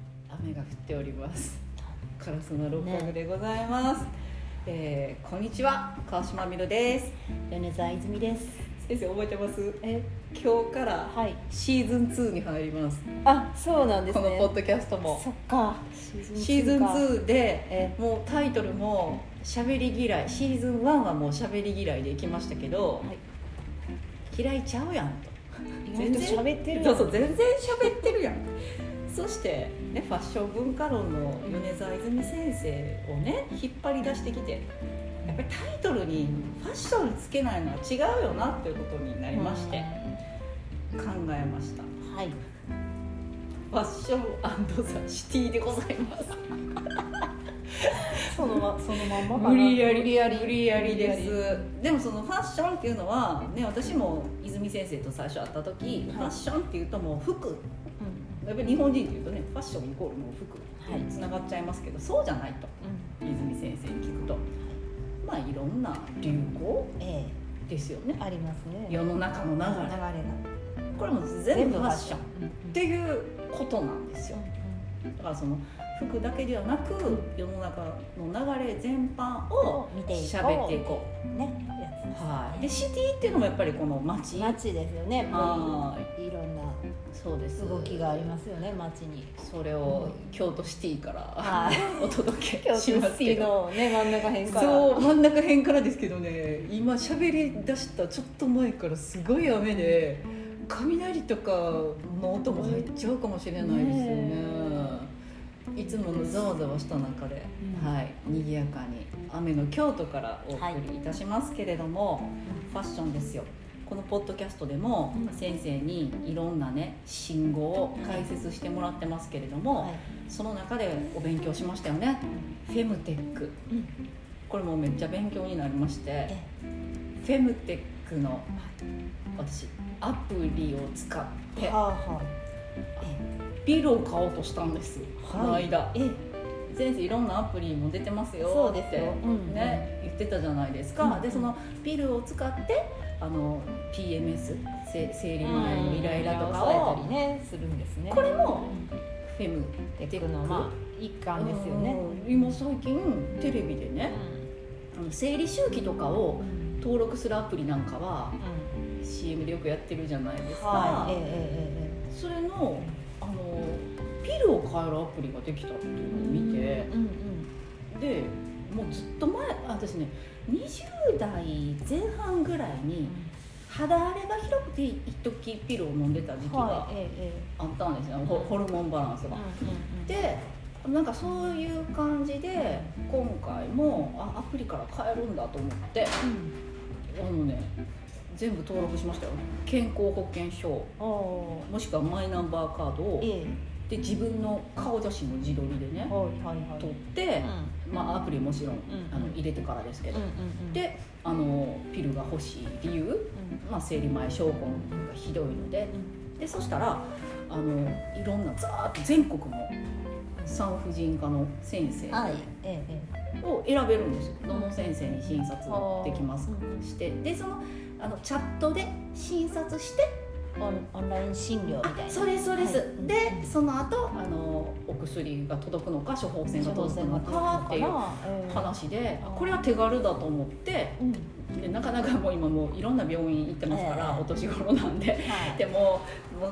っておりますカラスの六角でございます、えーこんにちは川島みろです米沢泉です先生覚えてますえ今日からはいシーズン2に入りますあそうなんですこねのポッドキャストもそっかシシーズンか2でえもうタイトルも「しゃべり嫌い」シーズン1はもう「しゃべり嫌い」でいきましたけど、はい嫌いちゃうやんと意外と喋ってるそうそう全然喋ってるやんそして、ね、ファッション文化論の米沢泉先生をね引っ張り出してきてやっぱりタイトルにファッションつけないのは違うよなっていうことになりまして考えましたはいファッションザ・シティでございますそのまそのまんまかな無理やり無理やり無理やりで無理やすでもそのファッションっていうのはね私も泉先生と最初会った時、ファッションっていうともう服やっぱり日本人っていうとねファッションイコールもう服はいつながっちゃいますけどそうじゃないとうん泉先生に聞くとまあいろんな流行うんえですよねえありますね世の中の流れ流れがこれも全部ファッションっうんうんていうことなんですよだからその服だけではなく世の中の流れ全般をを見ていこう喋っていこうねやはい、でシティっていうのもやっぱりこの街つ街ですよねはいろんなそうです動きがありますよね街にそれを京都シティからはい お届今け日しますけどのね真ん中辺からそう真ん中辺からですけどね今喋り出したちょっと前からすごい雨で雷とかの音も入っちゃうかもしれないですよねいつものざわざわした中で、うんはい賑やかに雨の京都からお送りいたしますけれども、ファッションですよこのポッドキャストでもうん先生にいろんなね信号を解説してもらってますけれども、はいその中でお勉強しましたよねフェムテックうんこれもめっちゃ勉強になりましてえフェムテックの私アプリを使っえてはあはあえビルを買おうとしたんです、この間ええ先生いろんなアプリも出てますよそうですよってうんね、言ってたじゃないですか、うんでそのピルを使ってあの PMS せ生理前のイライラとか抑を、えたりねするんですねこれもうんフェムテクのまあ一環ですよねうん今最近テレビでねあの生理周期とかをうん登録するアプリなんかはうん CM でよくやってるじゃないですか、はいえええそれのあのピルを変えるアプリができたっていうのを見て、えええうんうんでもうずっと前あ私ね20代前半ぐらいに肌荒れがひどくて一時ピルを飲んでた時期がはいえええあったんですよ、ホホルモンバランスえが。うんうんうんでなんかそういう感じで今回もあアプリから買えるんだと思ってうんあのね全部登録しましたよ健康保険証おーもしくはマイナンバーカードをえで自分の顔写真の自撮りでえねはいはいはい撮って、まあ、アプリもちろんんあの入れてからですけどうんう、んうんであのピルが欲しい理由、うんまあ、生理前症候群がひどいのででそしたらあのいろんなざーっと全国の産婦人科の先生はいええええを選べるんですよ、どの先生に診察できますあーしてでそのあのチャットで診察してオンオンライン診療みたいなそれそうです、はいでその後あのお薬が届くのか処方箋が届くのかっていう話話であこれは手軽だと思ってうんはでなかなかもう今もういろんな病院行ってますから、ええお年頃なんでいでもも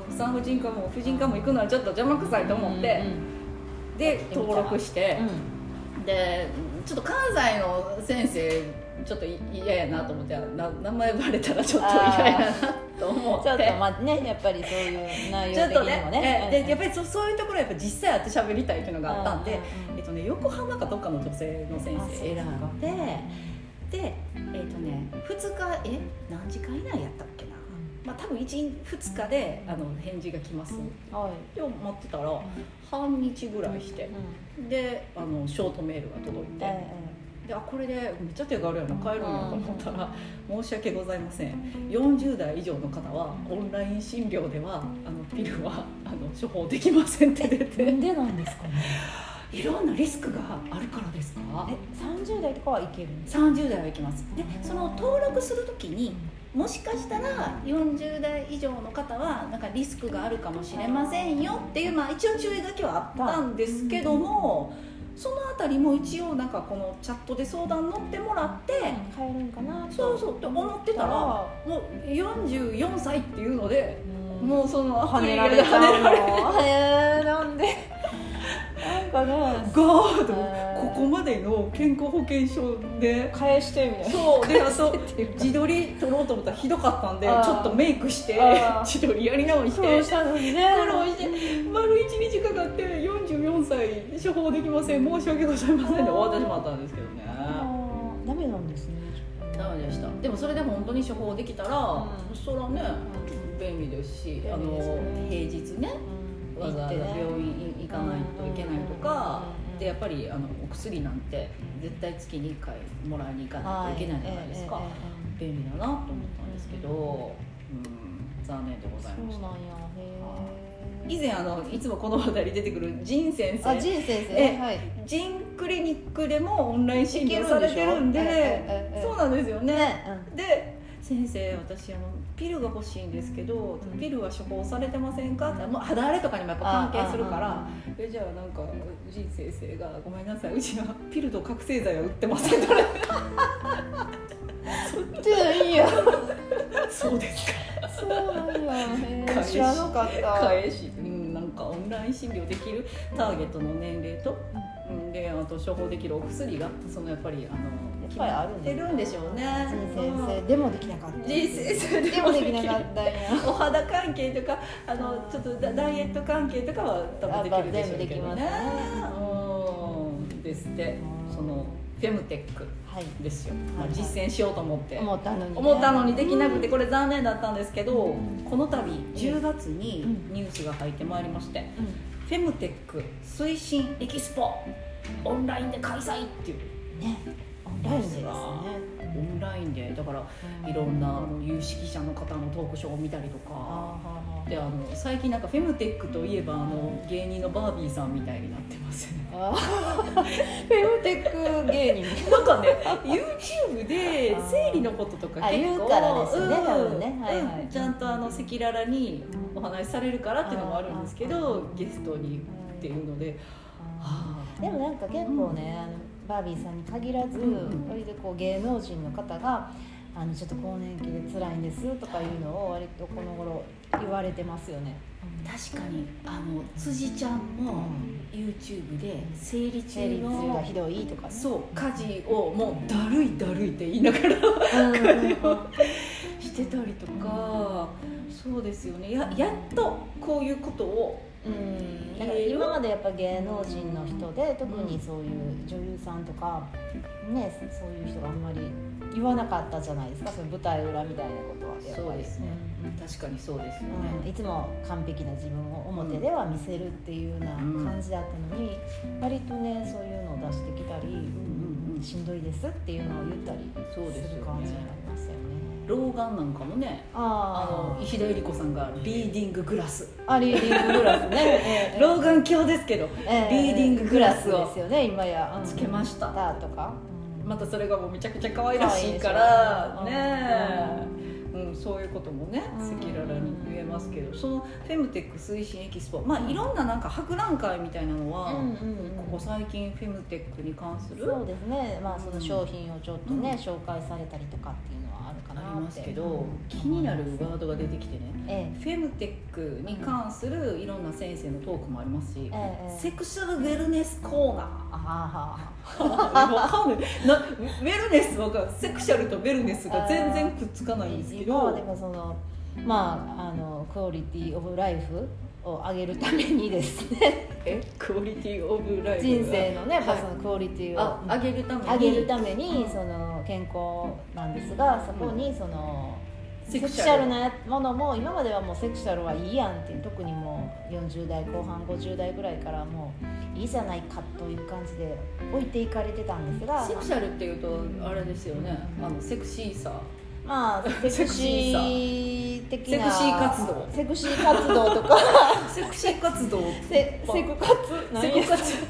う産婦人科も婦人科も行くのはちょっと邪魔くさいと思って、でってみたら登録して、でちょっと関西の先生ちょっとい嫌やなと思ってな名前バレたらちょっと嫌やなと思ってちょっとまあねやっぱりそういう内ちょ容っ的とにねもえねでやっぱりそそういうところはやっぱ実際やって喋りたいっていうのがあったんで、えっとね、横浜かどっかの女性の先生選んででえっとね2日え何時間以内やったっけなまあ、多分1 2日であの返事が来ます、はいで待ってたら半日ぐらいしてであのショートメールが届いて、であこれでめっちゃ手軽やな帰るんやと思ったら申し訳ございません40代以上の方はオンライン診療ではあのピルはあの処方できませんって出なてんでなんですかねいろんなリスクがあるからですかえ30代とかはいけるんです30代はいきますでその登録するときにもしかしたら40代以上の方はなんかリスクがあるかもしれませんよっていう、まあ、一応注意だけはあったんですけども、そのあたりも一応なんかこのチャットで相談乗ってもらって、買えるんかなとそうそうって思ってたらもう44歳っていうので、うんもうその跳アプねリがられ跳ねられたのへえなんでなんかね ゴーッとへこーこまでの健康保険証で返してみたいなそうであ と自撮り撮ろうと思ったらひどかったんでちあーょっとメイクしてあー自撮りやり直しそうてしたのにね苦労して丸1日かかって44歳処方できません申し訳ございませんで終わってしまったんですけどねあーダメなんですねダメでしたでもそれでも本当に処方できたら、うんそらね便利ですしあ便利ですのね平日ねわざわざ病院行かないといけないとかうんでやっぱりあのお薬なんて絶対月に1回もらいに行かないといけないじゃないですか、はいえ便利だなと思ったんですけど、うん、残念でございえええまそしうたなんやへえ以前あのいつもこの話題に出てくる仁先あ生人生ですえねえはいジンクリニックでもオンライン診療されてるんでいけるんでしょええええそうなんですよね、ねで先生私あのピルが欲しいんですけどうんピルは処方されてませんかってもう肌荒れとかにもやっぱ関係するかああらえじゃあなんか仁先生が「ごめんなさいうちはピルと覚醒剤は売ってません からうんでいいよそうですかそうなんやへえ返し知らなかった返し、うん、なんかオンライン診療できるターゲットの年齢と、うん、であと処方できるお薬がそのやっぱりあのやっぱりあるん決めてですねるんでしょうね人生でもできなかった仁先生でもできなかったんやお肌関係とかあのちょっとダダイエット関係とかは多分できるでしょうけどねあうんですってそのフェムテックはいですよ、まあはいはい実践しようと思って思ったのにね思ったのにできなくてこれ残念だったんですけどうんこの度10月にニュースが入ってまいりましてうんフェムテック推進エキスポオンラインで開催っていうねオンラインですねオンラインでだからいろんなあの有識者の方のトークショーを見たりとあーかはーはーであの最近なんかフェムテックといえばあの芸人のバービーさんみたいになってますね あーフェムテック芸人なんかね YouTube で生理のこととかあ結構言うからですよねうん多分ねはいはいうんちゃんとあの赤裸々にお話しされるからっていうのもあるんですけあどーゲストにっていうので、はあでもなんか結構ね、あのバービーさんに限らず、うん割とこう芸能人の方があのちょっと更年期で辛いんですとかいうのを割とこの頃言われてますよね。確かにあの辻ちゃんうもん YouTube で生理中生理痛がのひどいとか、ね、そう家事をもうだるいだるいって言いながらうんうんうん、してたりとか、そうですよねややっとこういうことをうん、なんか今までやっぱ芸能人の人で特にそういう女優さんとか、ね、そういう人があんまり言わなかったじゃないですかその舞台裏みたいなことはやっぱりそうですね確かにそうですようん、ね、いつも完璧な自分を表では見せるっていうような感じだったのに、割とねそういうのを出してきたり、んうんしんどいですっていうのを言ったりそうですよねする感じになりますよね。老眼なんかもねああの石田ゆり子さんがリーディンググラスああリーディンググラス ね老眼鏡ですけどリーディンググラスをですよね今やつけましした、とか、またそれがもうめちゃくちゃ可愛らしいか可ら愛いでしょねえ、うん、そういうこともねうん赤裸々に言えますけどそのフェムテック推進エキスポまあいろんななんか博覧会みたいなのは、うんうんうんここ最近フェムテックに関するそうですねまあその商品をちょっとね、うん紹介されたりとかっていうのはあるかなってありますけど気になるワードが出てきてねえフェムテックに関するいろんな先生のトークもありますしえ、ええセクシャルウェルネスコーナーあははわかんないなウェルネスわかるセクシャルとウェルネスが全然くっつかないんですけ今はでどもそのまああのクオリティオブライフを上げるためにですねえクオリティオブライフ人生のね、はいまあそのクオリティをあ上げるために上げるためにその健康なんですがそこにその、セセククシシャャルルなものも今まではもうセクシャルはいいやんっていう特にもう40代後半50代ぐらいからもういいじゃないかという感じで置いていかれてたんですがセクシャルっていうとあれですよねあのセクシーさ まあセクシー的セクなシー活動セクシー活 動とかセクシー活動セセク活セク活セク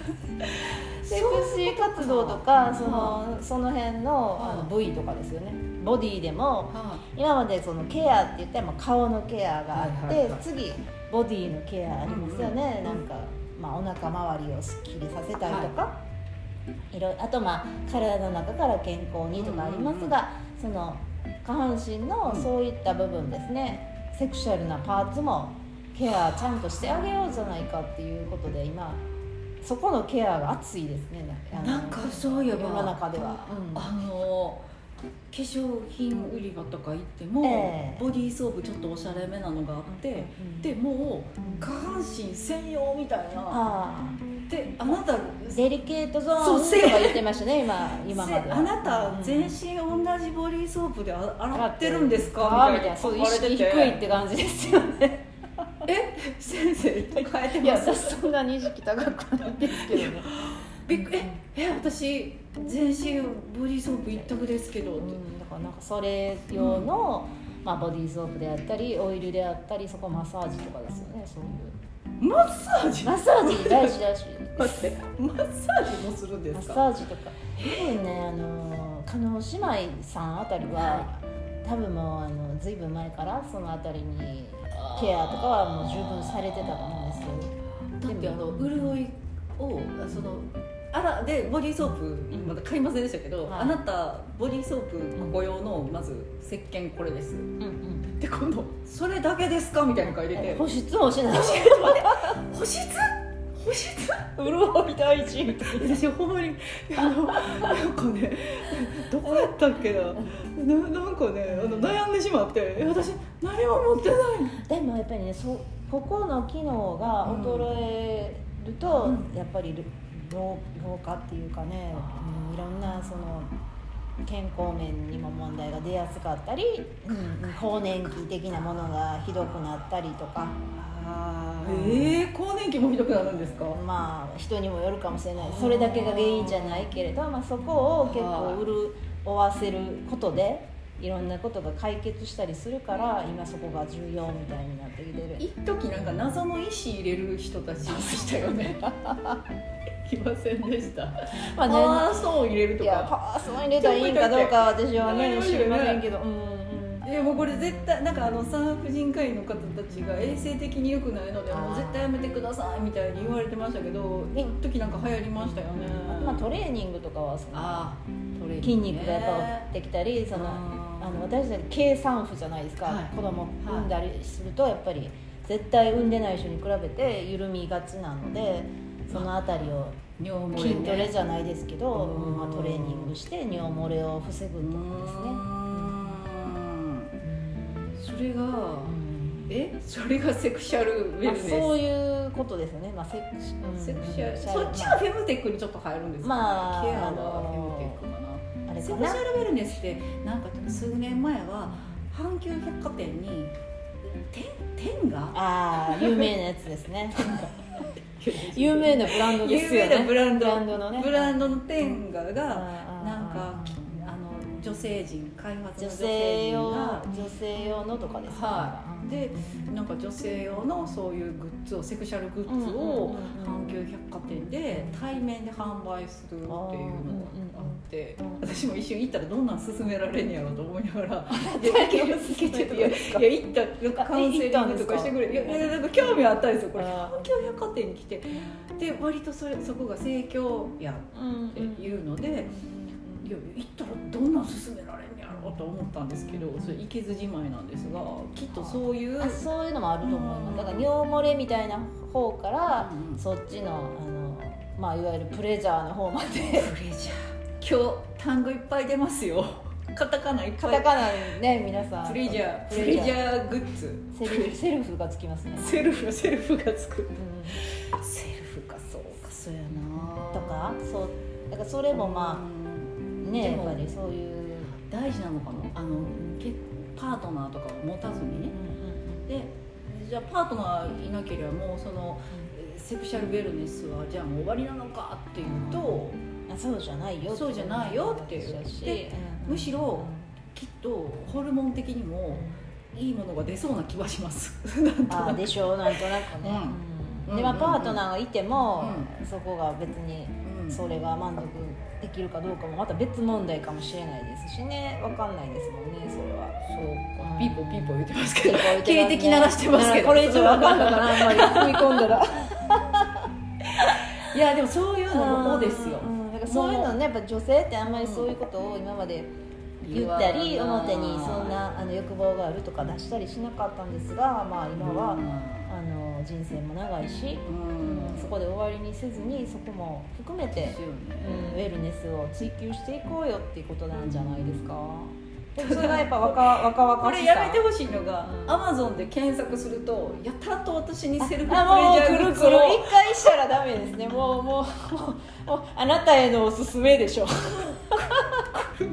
シー活動とかそのその辺のあの部位とかですよねボディでもは今までそのケアって言ったらまあ顔のケアがあっはいはいてはい次ボディのケアありますよねうんなうんんかまあお腹周りをすっきりさせたりとかいろいろあとまあ体の中から健康にとかありますがその下半身のうんそういった部分ですねセクシャルなパーツもケアちゃんとしてあげようじゃないかっていうことで今そこのケアが熱いですねあのなんかそういえば世の中では。うんあの化粧品売り場とか行っても、ええボディーソープちょっとおしゃれめなのがあって、うんでもう下半身専用みたいなああであなたデリケートゾーンそうせとか言ってましたね今今ませであなた全身身同じボディーソープであ洗ってるんですかみみたいたいななそう意識低いって感じですよねえ先生変えていやます私そんなに意識高くないんですけど ねびっくええ私全身ボディーソープ一択ですけど、うってんだからなんかそれ用の、まあ、ボディーソープであったりオイルであったりそこマッサージとかですよねそういうマッサージマッサージ大事大事待ってマッサージもするんでマッすサかージとか多分ねあの加納姉妹さんあたりは多分もうあのずいぶん前からそのあたりにケアとかはもう十分されてたと思うんですよだってあの潤いをあそのあらでボディーソープまだ買いませんでしたけど、はいあなたボディーソープここ用のまず石鹸これですうんうんで今度「それだけですか?」みたいなの書いてて保湿もしないし「保湿保湿?」潤い大事みたい私ほんまにあのなんかね どこやったっけなななんかねあの悩んでしまってえ私何も持ってないでもやっぱりねそここの機能が衰えると、うやっぱり老老化っていうかね、うんいろんなその健康面にも問題が出やすかったり、うん更年期的なものがひどくなったりとかええー、更年期もひどくなるんですかまあ人にもよるかもしれないそれだけが原因じゃないけれど、まあ、そこを結構潤わせることでいろんなことが解決したりするから今そこが重要みたいになってきてる一時なんか謎の石入れる人たちいましたよね 来ませんでしたまあねああそう入れるといやかパーソナに入れたらいいんかどうかは私はねちょっと知見てりみまたいせんけど、うんうん、いやもうこれ絶対なんかあの産婦人科医の方たちが衛生的に良くないのであーもう絶対やめてくださいみたいに言われてましたけどえ一時なんか流行りましたよねまあトレーニングとかはそのあートレーニングね筋肉がやっぱできたりそのあーあの私たち計算婦じゃないですか、はい子供産んだりするとやっぱり絶対産んでない人に比べて緩みがちなのでそのあたりを尿漏れね筋トレじゃないですけど、うんまあ、トレーニングして尿漏れを防ぐうーとかですんね。それがうんえそれがセクシャルウェルまあネス、そういうことですよね、まあ、セクシうんセクシャルセクそっちがフェムテックにちょっと入るんですか、まあケアがあフのェムテックかなあれセかクシなャルウェルネスってなんか数年前は阪急百貨店に天天がああ有名なやつで すね有名なブランドですよ有ね名なブランドのねブランドの天ががななんかあの女性陣開発の女女性性用陣女が性用のとかですはい、でなんか女性用のそういうグッズをセクシャルグッズをうんうんうん阪急百貨店で対面で販売するっていうのがあってあーうんうんうん私も一瞬行ったらどんなん勧められんやろと思いながらいや何いを勧めてるんですかやいや行ったなんかカウンセリングとかしてくれいやいやなんか興味あったんですよこれあー阪急百貨店に来てで割とそれそこが盛況やうんっていうので。いや行ったらどんなん勧められんやろうと思ったんですけどそれ行けずじまいなんですがきっとそういうあそういうのもあると思いまうんすだから尿漏れみたいな方からうんうんそっちのあのまあいわゆるプレジャーの方までプレジャー今日単語いっぱい出ますよ カタカナいっカぱいタカナね皆さんプレジャーププレレジャージャーグッズセルフセルフがつきますねセルフセルフがつくうんセルフかそうかそうやなとかそうだからそれもまあねでやもっぱりそういう、大事なのかもあのけパートナーとかを持たずにねでじゃあパートナーいなければもうそのえーセクシャルウェルネスはじゃあもう終わりなのかっていうと、あそうじゃないよそうじゃないよっていうでむしろきっとホルモン的にもいいものが出 そうな気はしますなんとなくああでしょうなんとなくね、うんでまあうんパートナーがいても、うそこが別にううんそれが満足できるかどうかもまた別問題かもしれないですしね分かんないですもんねそれは。そううかんピーポーピーポー言ってますけ警ど警笛鳴らしてますけどこれ以上分かんのかなあんまり踏 み込んだら。 いやでもそういうのもですようんだからそういうのねやっぱ女性ってあんまりそういうことを今まで言ったり表にそんなあの欲望があるとか出したりしなかったんですが、まあ、今はあの人生も長いし、うんそこで終わりにせずにそこも含めてです、よねうん、ウェルネスを追求していこうよっていうことなんじゃないですか。でもそれがやっぱ 若若々しさこれやめてほしいのがうんアマゾンで検索するとやたらと私にセルフプレジあャもうーくグるッくズるを一回したらダメですねもうもうもうもうあなたへのおすすめでしょく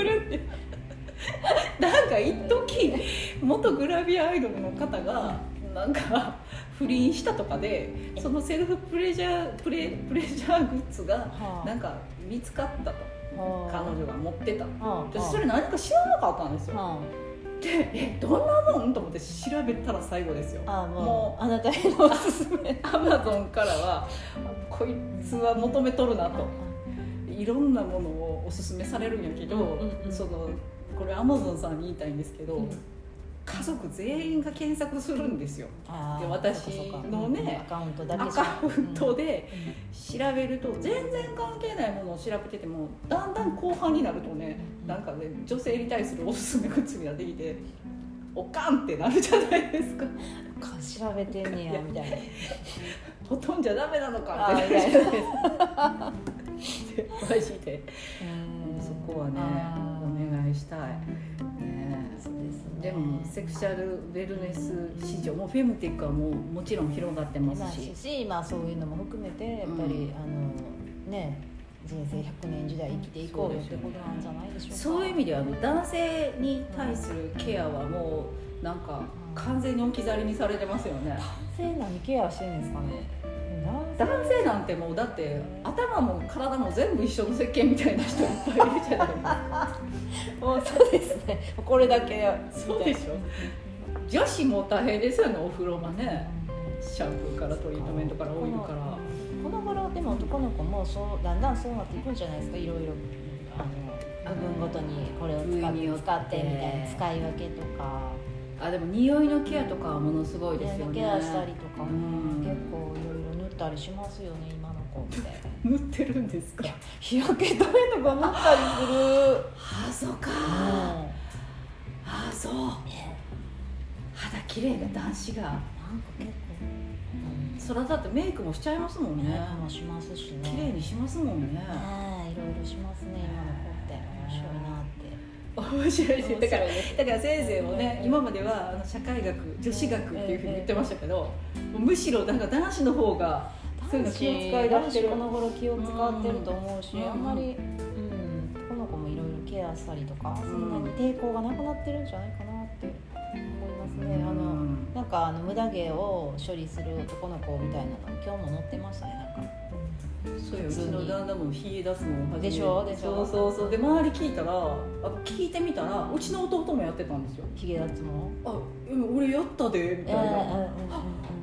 るって なんか一時元グラビアアイドルの方がなんか不倫したとかでそのセルフプレジャープレプレジャーグッズがはあなんか見つかったとはあ彼女が持ってたはあ私それ何か知らなかったんですよはでえどんなもんと思って調べたら最後ですよ ああもうもあなたへのおすすめアマゾンからはこいつは求めとるなといろんなものをおすすめされるんやけど、うんうんうんそのこれアマゾンさんに言いたいんですけど、うん家族全員が検索するんですよ、ああで私そうかそうかのねうんアカウントだけアじゃカウントでうん調べると全然関係ないものを調べててもだんだん後半になるとねうんなんかね女性に対するおすすめグッズになってきておかんってなるじゃないですかうんか調べてんねやみたいなほとんじゃダメなのかあってーなるじゃないですかマジでうんそこはねあお願いしたいねーそうですねでもセクシャルウェルネス市場もうフェムテックはもうもちろん広がってまますすししまあ、そういうのも含めてやっぱり、うんあのね人生100年時代生きていこうよってことなんじゃないでしょうかそういう意味ではあの男性に対するケアはもうなんか完全に置き去りにされてますよね男性何ケアしてるんですかね男男性なんてもうだって頭も体も全部一緒の石鹸みたいな人いっぱいいるじゃない性もうそうですねこれだけそうでしょ女子も大変ですよねお風呂場ねシャンプーからトリートメントからオイルからこの頃でも男の子もそうだんだんそうなっていくんじゃないですかいろいろあの部分ごとにこれを使部位っにてよって使ってみたいな使い分けとかあでも匂いのケアとかはものすごいですよねケアしたりとうか、ん結構いろいろ塗ったりしますよね今の子って。塗ってるんですか日焼け止めとか塗ったりする。あそうかあそう肌綺麗な男子がなんか結そらだってメイクもしちゃいますもん構ねね、もしますしね。綺麗にしますもんねねいろいろしますね今の子って面白いなって。面白いですだから面白いですだから先生もね今まではあの社会学女子学っていうふうに言ってましたけどもうむしろなんか男子の方がそういうの男気子を使い出してる男子この頃気を使ってると思うし、うんあんまり、うん、この子もいろいろケアしたりとか、そんなに抵抗がなくなってるんじゃないかなって思いますね。あの、うんなんかあの無駄毛を処理する男の子みたいなの今日も載ってましたねなんか。そうよう普ち通にの旦那も冷え出すのを初めてでしょでしそょうそうそうで周り聞いたらあ聞いてみたらうちの弟もやってたんですよヒゲ脱毛。あうん俺やったでみたいな、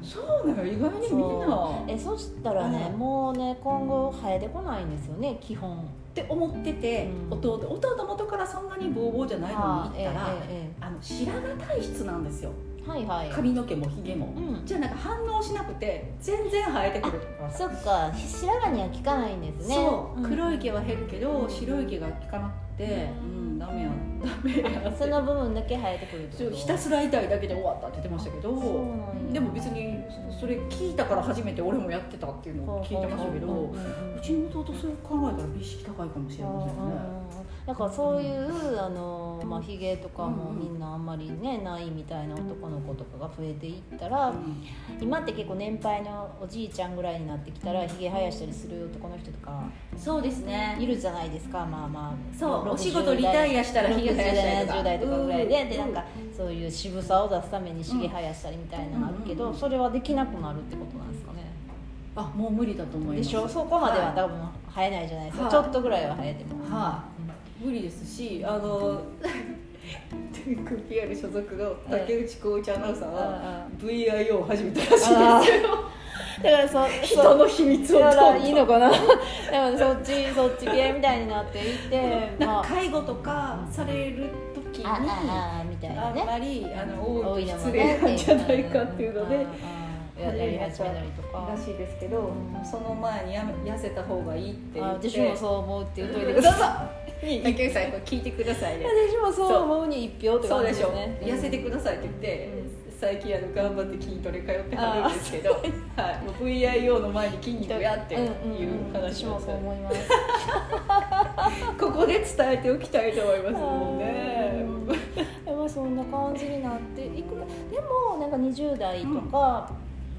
そうなの意外にみんなえそしたらね、うんもうね今後生えてこないんですよね基本って思ってて、うん弟弟元からそんなにボーボーじゃないのに行ったら、あえあの白髪体質なんですよえええはいはい髪の毛もひげも、うんじゃあなんか反応しなくて全然生えてくるとかそっか白髪には効かないんですねそう、ん黒い毛は減るけど白い毛が効かなくてううんん、ダメやダメやってその部分だけ生えてくるってちょこっととひたすら痛いだけで終わったって言ってましたけそうどなんやでも別にそれ聞いたから初めて俺もやってたっていうのを聞いてましたけど、うんううんうんうんちの弟そう考えたら美意識高いかもしれませんね、だからそういうあの、まあ、ヒゲとかもうんうんみんなあんまりねないみたいな男の子とかが増えていったら今って結構年配のおじいちゃんぐらいになってきたらヒゲ生やしたりする男の人とかそうですねいるじゃないですかまあまあそう60お仕事リタイアしたら60ヒゲ生やしたりとか70代とかぐらいでうんでなんかそういう渋さを出すためにヒゲ生やしたりみたいなのあるけど、うんそれはできなくなるってことなんですかね、あもう無理だと思いでますしょそこまではは多分生えないじゃないですか、はいちょっとぐらいは生えてもい、はい無理ですしあ のテック PR 所 属の竹内浩一アナウンサーは VIO を始めたらしいですよあだから そ人の秘密をだかどらんいどいんのか なでもそっちそっち系みたいになっていてなんかまあ介護とかされる時にあああみたいあなんねまりあの多多いいとの失もね礼なんじゃないかっていうのでんうんうんうんやり始めたりとからしいですけどうんその前にやめ痩せた方がいいって言あって私もそう思うって言っといてうくださ いい竹内さんこれ聞いてくださいね私もそう思うに一票ってそう感でしじですょね痩せてくださいって言って、最近あの頑張って筋トレ通ってはるんですけど、 はい、もう VIO の前に筋肉やっていう話うんうんうん私もをそう思いますここで伝えておきたいと思いますもんねでもそんな感じになっていくかでもなんか20代とか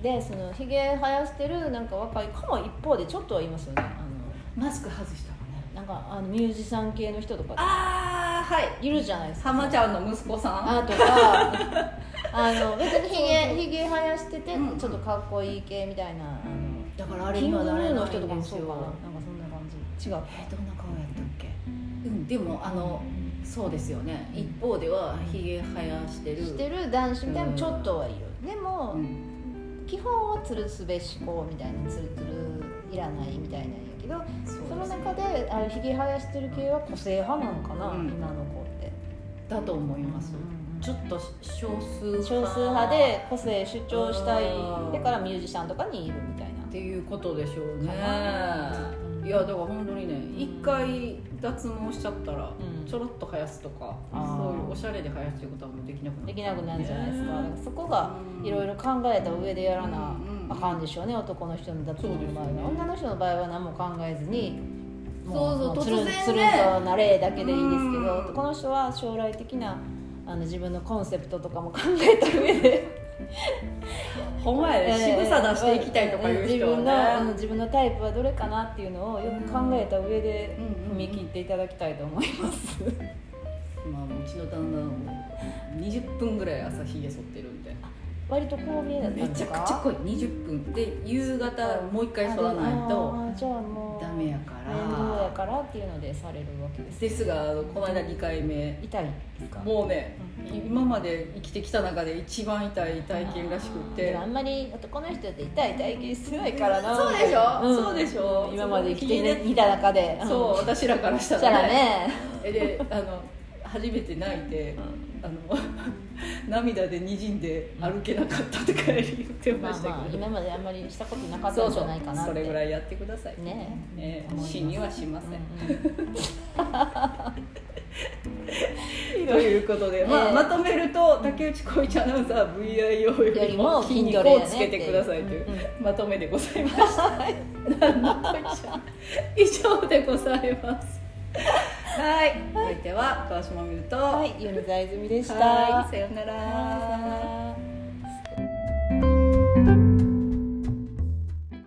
でそのひげ生やしてるなんか若い子も一方でちょっとはいますよねあ マスク外したのねのなんかあのミュージシャン系の人とかああはいいるじゃないですか浜ちゃんの息子さんあとかあの別にひげひげ生やしててうんちょっとかっこいい系みたいなあのだからあキングヌーの人ととかかももそそううかかななんかそんな感じ違うえどんな顔やったっけうんでもあのそうですよね一方ではひげ生やしてるしてる男子みたいなのちょっとはいる、でも、うん基本はつるすべしこうみたいなつるつるいらないみたいなんやけどそうそのです中であのひげ生やしてる系は個性派なんかな、うん今の子ってだと思います、ちちょょっっと少数派と少数派で個性主張したいうんだからミュージシャンとかにいるみたいなっていうことでしょうねかないやだから本当にね一回脱毛しちゃったらうんちょろっと生やすとか、あーそういうおしゃれで生やすっていうことはもうできなくなできなくなるじゃないですか,、ねそこがいろいろ考えた上でやらなうんあかんでしょうね男の人の脱毛の場合そうは、ですね女の人の場合は何も考えずにそうそうもつる突然ねつるとなれだけでいいですけどうんこの人は将来的なあの自分のコンセプトとかも考えた 上でほんまやね渋さ出していきたいとかいう人自分のはあのね自分のタイプはどれかなっていうのをよく考えた上でうん踏み切っていただきたいと思い ます、まあうちの旦那はもう20分ぐらい朝ひげ剃ってるんで割とこう見えだっためんでちすゃかくちゃ濃い20分で夕方もう一回剃らないあとでもあじゃあもうダメやか面倒やらからっていうのでされるわけですですがあのこの間2回目痛いですかもうね、今まで生きてきた中で一番痛い体験らしくでてもあんまり男の人って痛い体験してないからなそうでしょんそうでしょ今まで生きていた中でそううん私らからしそたしたららねねであの初めて泣いて、あの 涙でにじんで歩けなかったとか言ってままあしたまあけど、今まであんまりしたことなかったんじゃないかなってそれぐらいやってくださいねね思います死にはしません、うんということで、まあ、ええまとめると竹内浩一アナウンサーは VIO よよりりもも筋筋肉トレやをねつけてくださいといううんうんまとめでございました。何のこっちゃ以上でございます。はい、お相手は川島美宇と、ははい米沢泉でしたいさようなら。さよなら